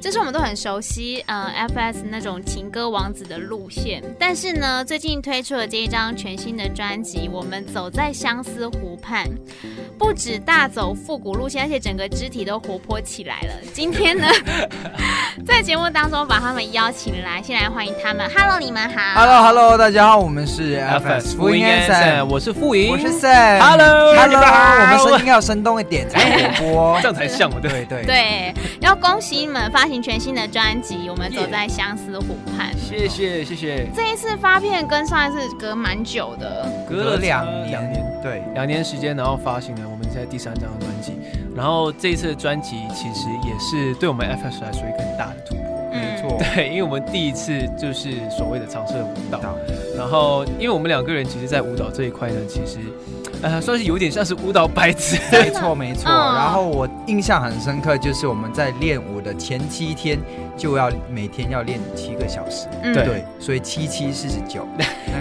这是我们都很熟悉，呃，FS 那种情歌王子的路线。但是呢，最近推出了这一张全新的专辑《我们走在相思湖畔》，不止大走复古路线，而且整个肢体都活泼起来了。今天呢， 在节目当中把他们邀请来，先来欢迎他们。Hello，你们好。 Hello Hello，大家好，我们是 FS FS 福福音音 S， Sam，我是傅莹，我是 Sam。 Hello，大 Hello，家好我们声音应该要生动一点才活 泼这。样才像嘛，对不对对？对，对，要恭喜你们发行全新的专辑《我们走在相思湖畔》。谢谢谢谢，这一次发片跟上一次隔蛮久的，隔两差两年。年，对，两年时间，然后发行了我们现在第三张的专辑，然后这一次的专辑其实也是对我们 FS 来说一个很大的突破。 没嗯错，对，因为我们第一次就是所谓的尝试了舞蹈蹈，然后因为我们两个人其实，在舞蹈这一块呢，其实呃算是有点像是舞蹈白痴，没错没错。嗯然后我印象很深刻，就是我们在练舞的前七天就要每天要练七个小时，嗯对对，所以七七四十九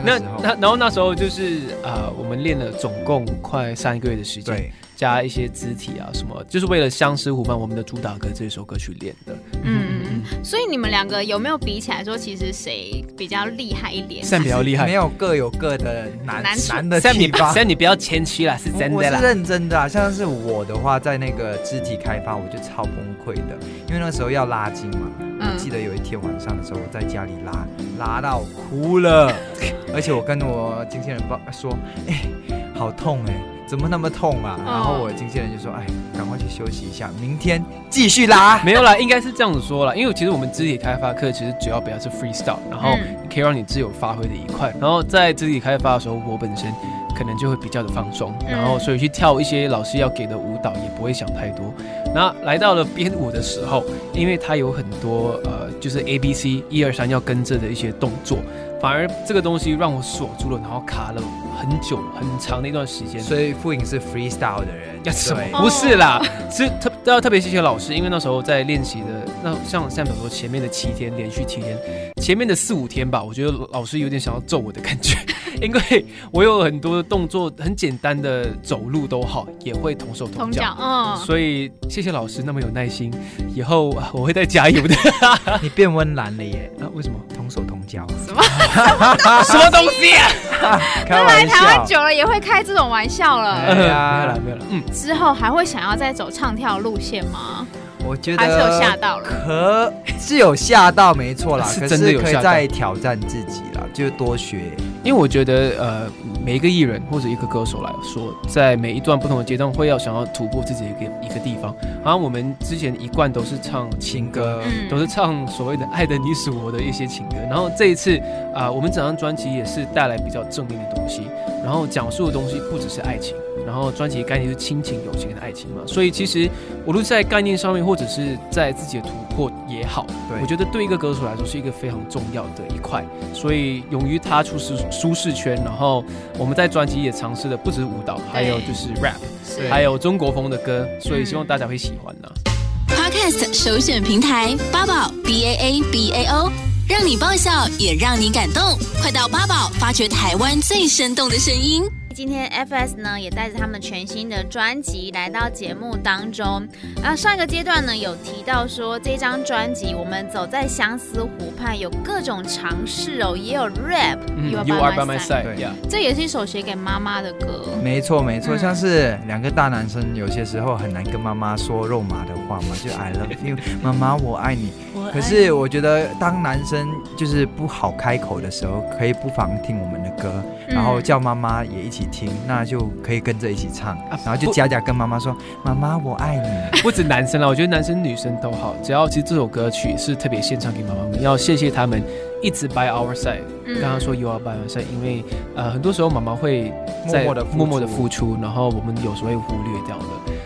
那 那个时候，那然后那时候就是呃，我们练了总共快三个月的时间，对，加一些肢体啊什么，就是为了《相思湖畔》我们的主打歌这首歌去练的。嗯，所以你们两个有没有比起来说，其实谁比较厉害一点？ Sam 比较厉害没有各有各的难难处难的，Sam 你地方。 Sam 你不要谦虚啦，是我真我的是啦。认真的、啊，像是我的话，在那个肢体开发，我就超崩溃的，因为那时候要拉筋嘛。我嗯，记得有一天晚上的时候，我在家里拉，拉到哭了，而且我跟我经纪人报说，哎、好痛哎、怎么那么痛啊？哦然后我经纪人就说，哎，赶快去休息一下，明天继续啊拉。没有啦，应该是这样子说啦，因为其实我们肢体开发课其实主要表达是 freestyle，然后嗯可以让你自由发挥的一块。然后在肢体开发的时候，我本身可能就会比较的放松，嗯然后所以去跳一些老师要给的舞蹈也不会想太多。那来到了编舞的时候，因为它有很多呃就是 A B C 一二三要跟着的一些动作，反而这个东西让我锁住了，然后卡了很久很长的一段时间。所以傅颖是 freestyle 的人，要什么？对不是啦，哦是特都要特别谢谢老师，因为那时候在练习的那像像比如说前面的七天，连续七天，前面的四五天吧，我觉得老师有点想要揍我的感觉， 因为我有很多动作很简单的走路都好，也会同手同同脚脚，。嗯，所以谢谢老师那么有耐心，以后啊我会再加油的。 你变温岚了耶， 啊，为什么？同手同脚，什么东西啊？开来玩台湾笑。久了也会开这种玩笑 了，哎没有呀啦，，没有啦。嗯，之后还会想要再走唱跳路线吗？我觉还是有吓得到了？可是有吓到没错啦， 是可真的是有可以吓到再挑战自己啦，就多学。因为我觉得，呃，每一个艺人或者一个歌手来说，在每一段不同的阶段，会要想要突破自己的一个一个地方。然后我们之前一贯都是唱情歌，嗯都是唱所谓的“爱的你死我的”一些情歌。然后这一次，啊、我们整张专辑也是带来比较正面的东西，然后讲述的东西不只是爱情，然后专辑概念是亲情、友情跟爱情嘛。所以其实无论是在概念上面，或者是在自己的突破也好，对我觉得对一个歌手来说是一个非常重要的一块。所以勇于踏出舒舒适圈，然后我们在专辑也尝试了不止舞蹈，还有就是 rap，是还有中国风的歌，所以希望嗯大家会喜欢啊呢、 Podcast 首选平台八宝 B A A B A O，让你爆笑也让你感动，快到八宝发掘台湾最生动的声音。今天 FS 呢也带着他们全新的专辑来到节目当中。啊，上一个阶段呢有提到说这张专辑我们走在相思湖畔有各种尝试哦，也有 rap，、嗯 You Are By by My my Side side，yeah。这也是一首写给妈妈的歌。没错，没错，嗯像是两个大男生，有些时候很难跟妈妈说肉麻的话嘛，就 I love you，妈 妈我爱你。可是我觉得，当男生就是不好开口的时候，可以不妨听我们的歌，然嗯后叫妈妈也一起听，那就可以跟着一起唱，然后就啊不假假跟妈妈说：“妈妈我爱你。不止男生啦，我觉得男生女生都好，只要其实这首歌曲是特别献唱给妈妈们，要谢谢他们一直 by our side。嗯刚刚说 you are by my side，因为呃很多时候妈妈会 在默默地付出默默的付出，然后我们有时候会忽略掉的，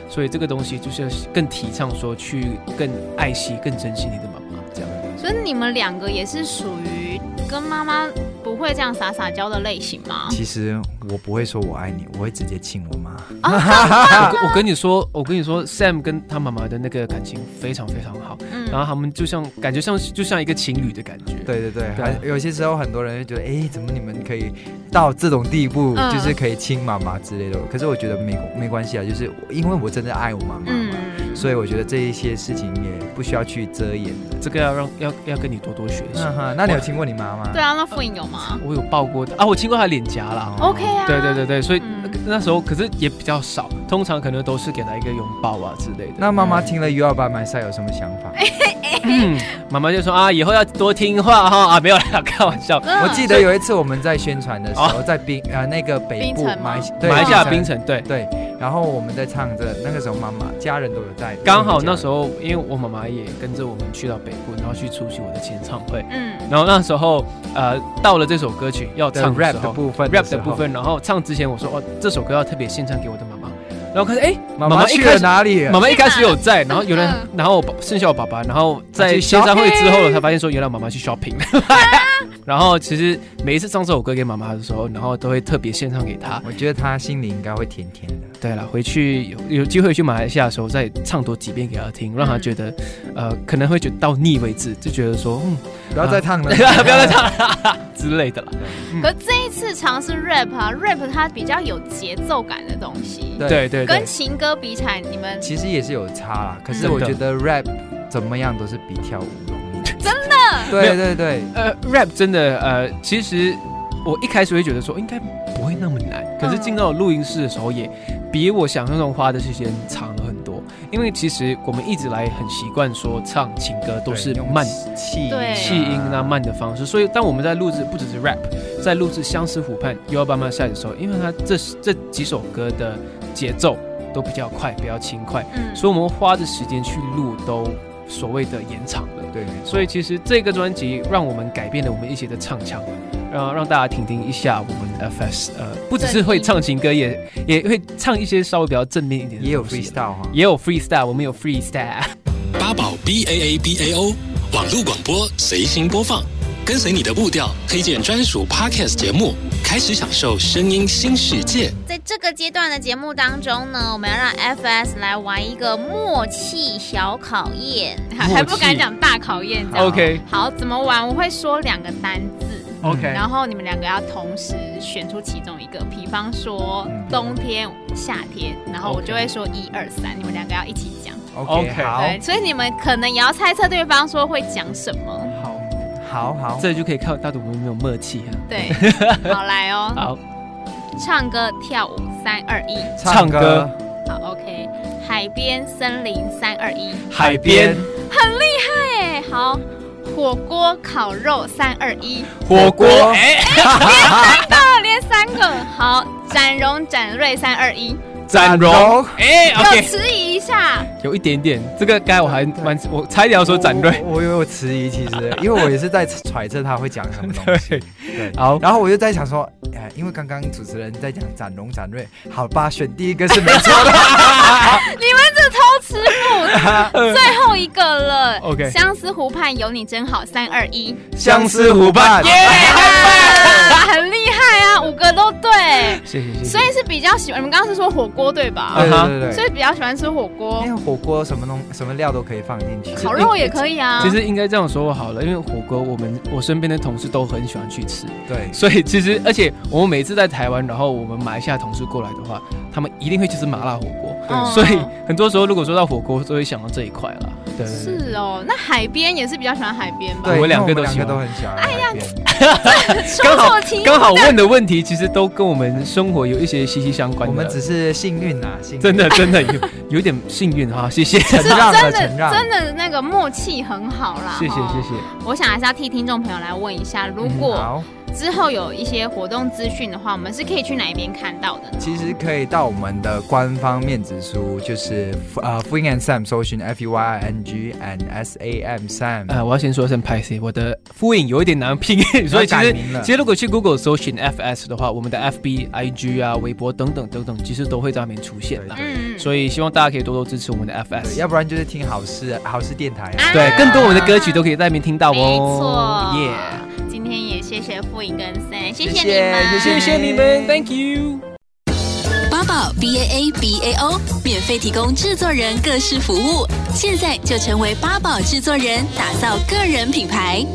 所以这个东西就是要更提倡说去更爱惜、更珍惜你的妈妈这样。所以你们两个也是属于跟妈妈不会这样撒撒娇的类型吗？其实我不会说我爱你，我会直接亲我妈。啊我跟我跟你说，我跟你说，Sam 跟他妈妈的那个感情非常非常好，嗯然后他们就像感觉像就像一个情侣的感觉。对对对，对还有些时候很多人就觉得，哎，怎么你们可以到这种地步，嗯就是可以亲妈妈之类的？可是我觉得没没关系啊，就是我因为我真的爱我妈妈嗯嘛，，所以我觉得这一些事情也不需要去遮掩的。这个要让要要跟你多多学习。嗯哼，那你有亲过你妈妈？对啊，那傅颖有吗我有抱过她啊，我亲过她脸颊啦。哦？OK 啊，对对对对，所以嗯那时候可是也比较少，通常可能都是给她一个拥抱啊之类的。那妈妈听了 U 二八埋赛有什么想 法？嗯妈妈就说啊，以后要多听话哈啊，没有啦，开玩笑。嗯我记得有一次我们在宣传的时候，在冰呃那个北部槟哦城吗马来西对马来西亚槟槟城城对，对，然后我们在唱着，那个时候妈妈家人都有在，刚好那时候候因为我妈妈也跟着我们去到北部，然后去出席我的签唱会。嗯，然后那时候，呃，到了这首歌曲要的唱 rap 时的候部分 rap 时的候部，分，然后唱之前我说哦，这首歌要特别献唱给我的妈妈。然后开始哎，妈妈妈妈一去开了始哪里？啊妈妈一开始有在，然后原来嗯，然后我爸剩下我爸爸，然后在去协商会之后，我才发现说原来妈妈去 shopping。然后其实每一次唱这首歌给妈妈的时候，然后都会特别献唱给她。我觉得她心里应该会甜甜的。对了，回去有有机会去马来西亚的时候，再唱多几遍给她听，让她觉得，呃，可能会觉得到腻为止，就觉得说，嗯，不要再唱了， 不要再唱了 之类的啦。可这一次尝试 rap 啊，rap 它比较有节奏感的东西，对对对对跟，情歌比起来，你们其实也是有差啦。可是嗯我觉得 rap 怎么样都是比跳舞容易，真的。没对有对对，呃，rap 真的呃，其实我一开始会觉得说应该不会那么难，可是进到录音室的时候，也比我想象中花的时间长了很多。因为其实我们一直来很习惯说唱情歌都是对用慢气对气音啊慢的方式，所以当我们在录制不只是 rap，在录制《相思湖畔》《幺八八下》的时候，因为它这这几首歌的节奏都比较快，比较轻快，嗯，所以我们花的时间去录都所谓的延长了。对，没错所以其实这个专辑让我们改变了我们一些的唱腔，让让大家听听一下我们 FS，呃，不只是会唱情歌，也 也会唱一些稍微比较正面一点的也有东西啊 freestyle 啊哈。也有 freestyle，我们有 freestyle。八宝 B A A B A O 网络广播随心播放，跟随你的步调，推荐专属 Podcast 节目，开始享受声音新世界。在这个阶段的节目当中呢，我们要让 FS 来玩一个默契小考验，还默契还不敢讲大考验这样。 OK 好，怎么玩？我会说两个单字。 OK 嗯然后你们两个要同时选出其中一个，比方说嗯冬天、夏天，然后我 OK 就会说一二三，你们两个要一起讲。 OK， OK 好，对，所以你们可能也要猜测对方说会讲什么。好，好好。这就可以看到底我们有没有默契啊。 对，好来哦，好，唱歌跳舞，三二一，唱歌好 OK，海边森林，三二一。海边很厉害哎，好，火锅烤肉三二一，火锅，火锅哎，啊，连三个，好，展荣展瑞三二一，展荣， 哎要，OK，迟疑一下，有一点点，这个该我还蛮，我差一点要说展瑞。我我我有迟疑，其实，因为我也是在揣测他会讲什么东西。对，对，好，然后我就在想说，哎，因为刚刚主持人在讲展荣、展瑞，好吧，选第一个是没错 的。你们这偷吃母， 最后一个了 OK 相思湖畔有你真好，三二 一，相思湖畔耶，啊很厉害啊，五个都对，谢谢谢谢。所以是比较喜欢，你们刚刚是说火锅对吧？对嗯对对所对，以比较喜欢吃火锅 Uh-huh 因，为火锅什么东什么料都可以放进去。烤肉也可以啊。其实应该这样说好了，因为火锅我们我身边的同事都很喜欢去吃，对，所以其实而且我们每次在台湾，然后我们马来西亚同事过来的话，他们一定会去吃麻辣火锅，哦所以很多时候如果说到火锅，都会想到这一块啦。对对对，是哦，那海边也是比较喜欢海边吧？对，我们两个因为都两喜个欢都很喜欢。哎呀，说错题目刚好问的问题其实都跟我们生活有一些息息相关我的。们只是幸运啊，幸运真的真的有有点幸运哈，谢谢谢承让真了，的承让。真的那个默契很好啦。哦谢谢哈谢谢。我想还是要替听众朋友来问一下，如嗯果好，之后有一些活动资讯的话，我们是可以去哪一边看到的呢？其实可以到我们的官方面子书，就是呃 f u n and Sam 搜寻 F E Y I N G and S A M Sam。呃，我要先说声拍谢，我的复印有一点难拼， 所以其要改实名了其实如果去 Google 搜寻 FS 的话，我们的 FB、IG 啊、微博等等等等，其实都会在那边出现啦。嗯，所以希望大家可以多多支持我们的对 FS，要不然就是听好事好事电台啊。啊哦对，更多我们的歌曲都可以在那边听到哦没错哦。耶！，今天也谢谢谢傅颖跟 Sam，谢谢你们，谢谢谢你们，Thank you。八宝 B A A B A O 免费提供制作人各式服务，现在就成为八宝制作人，打造个人品牌。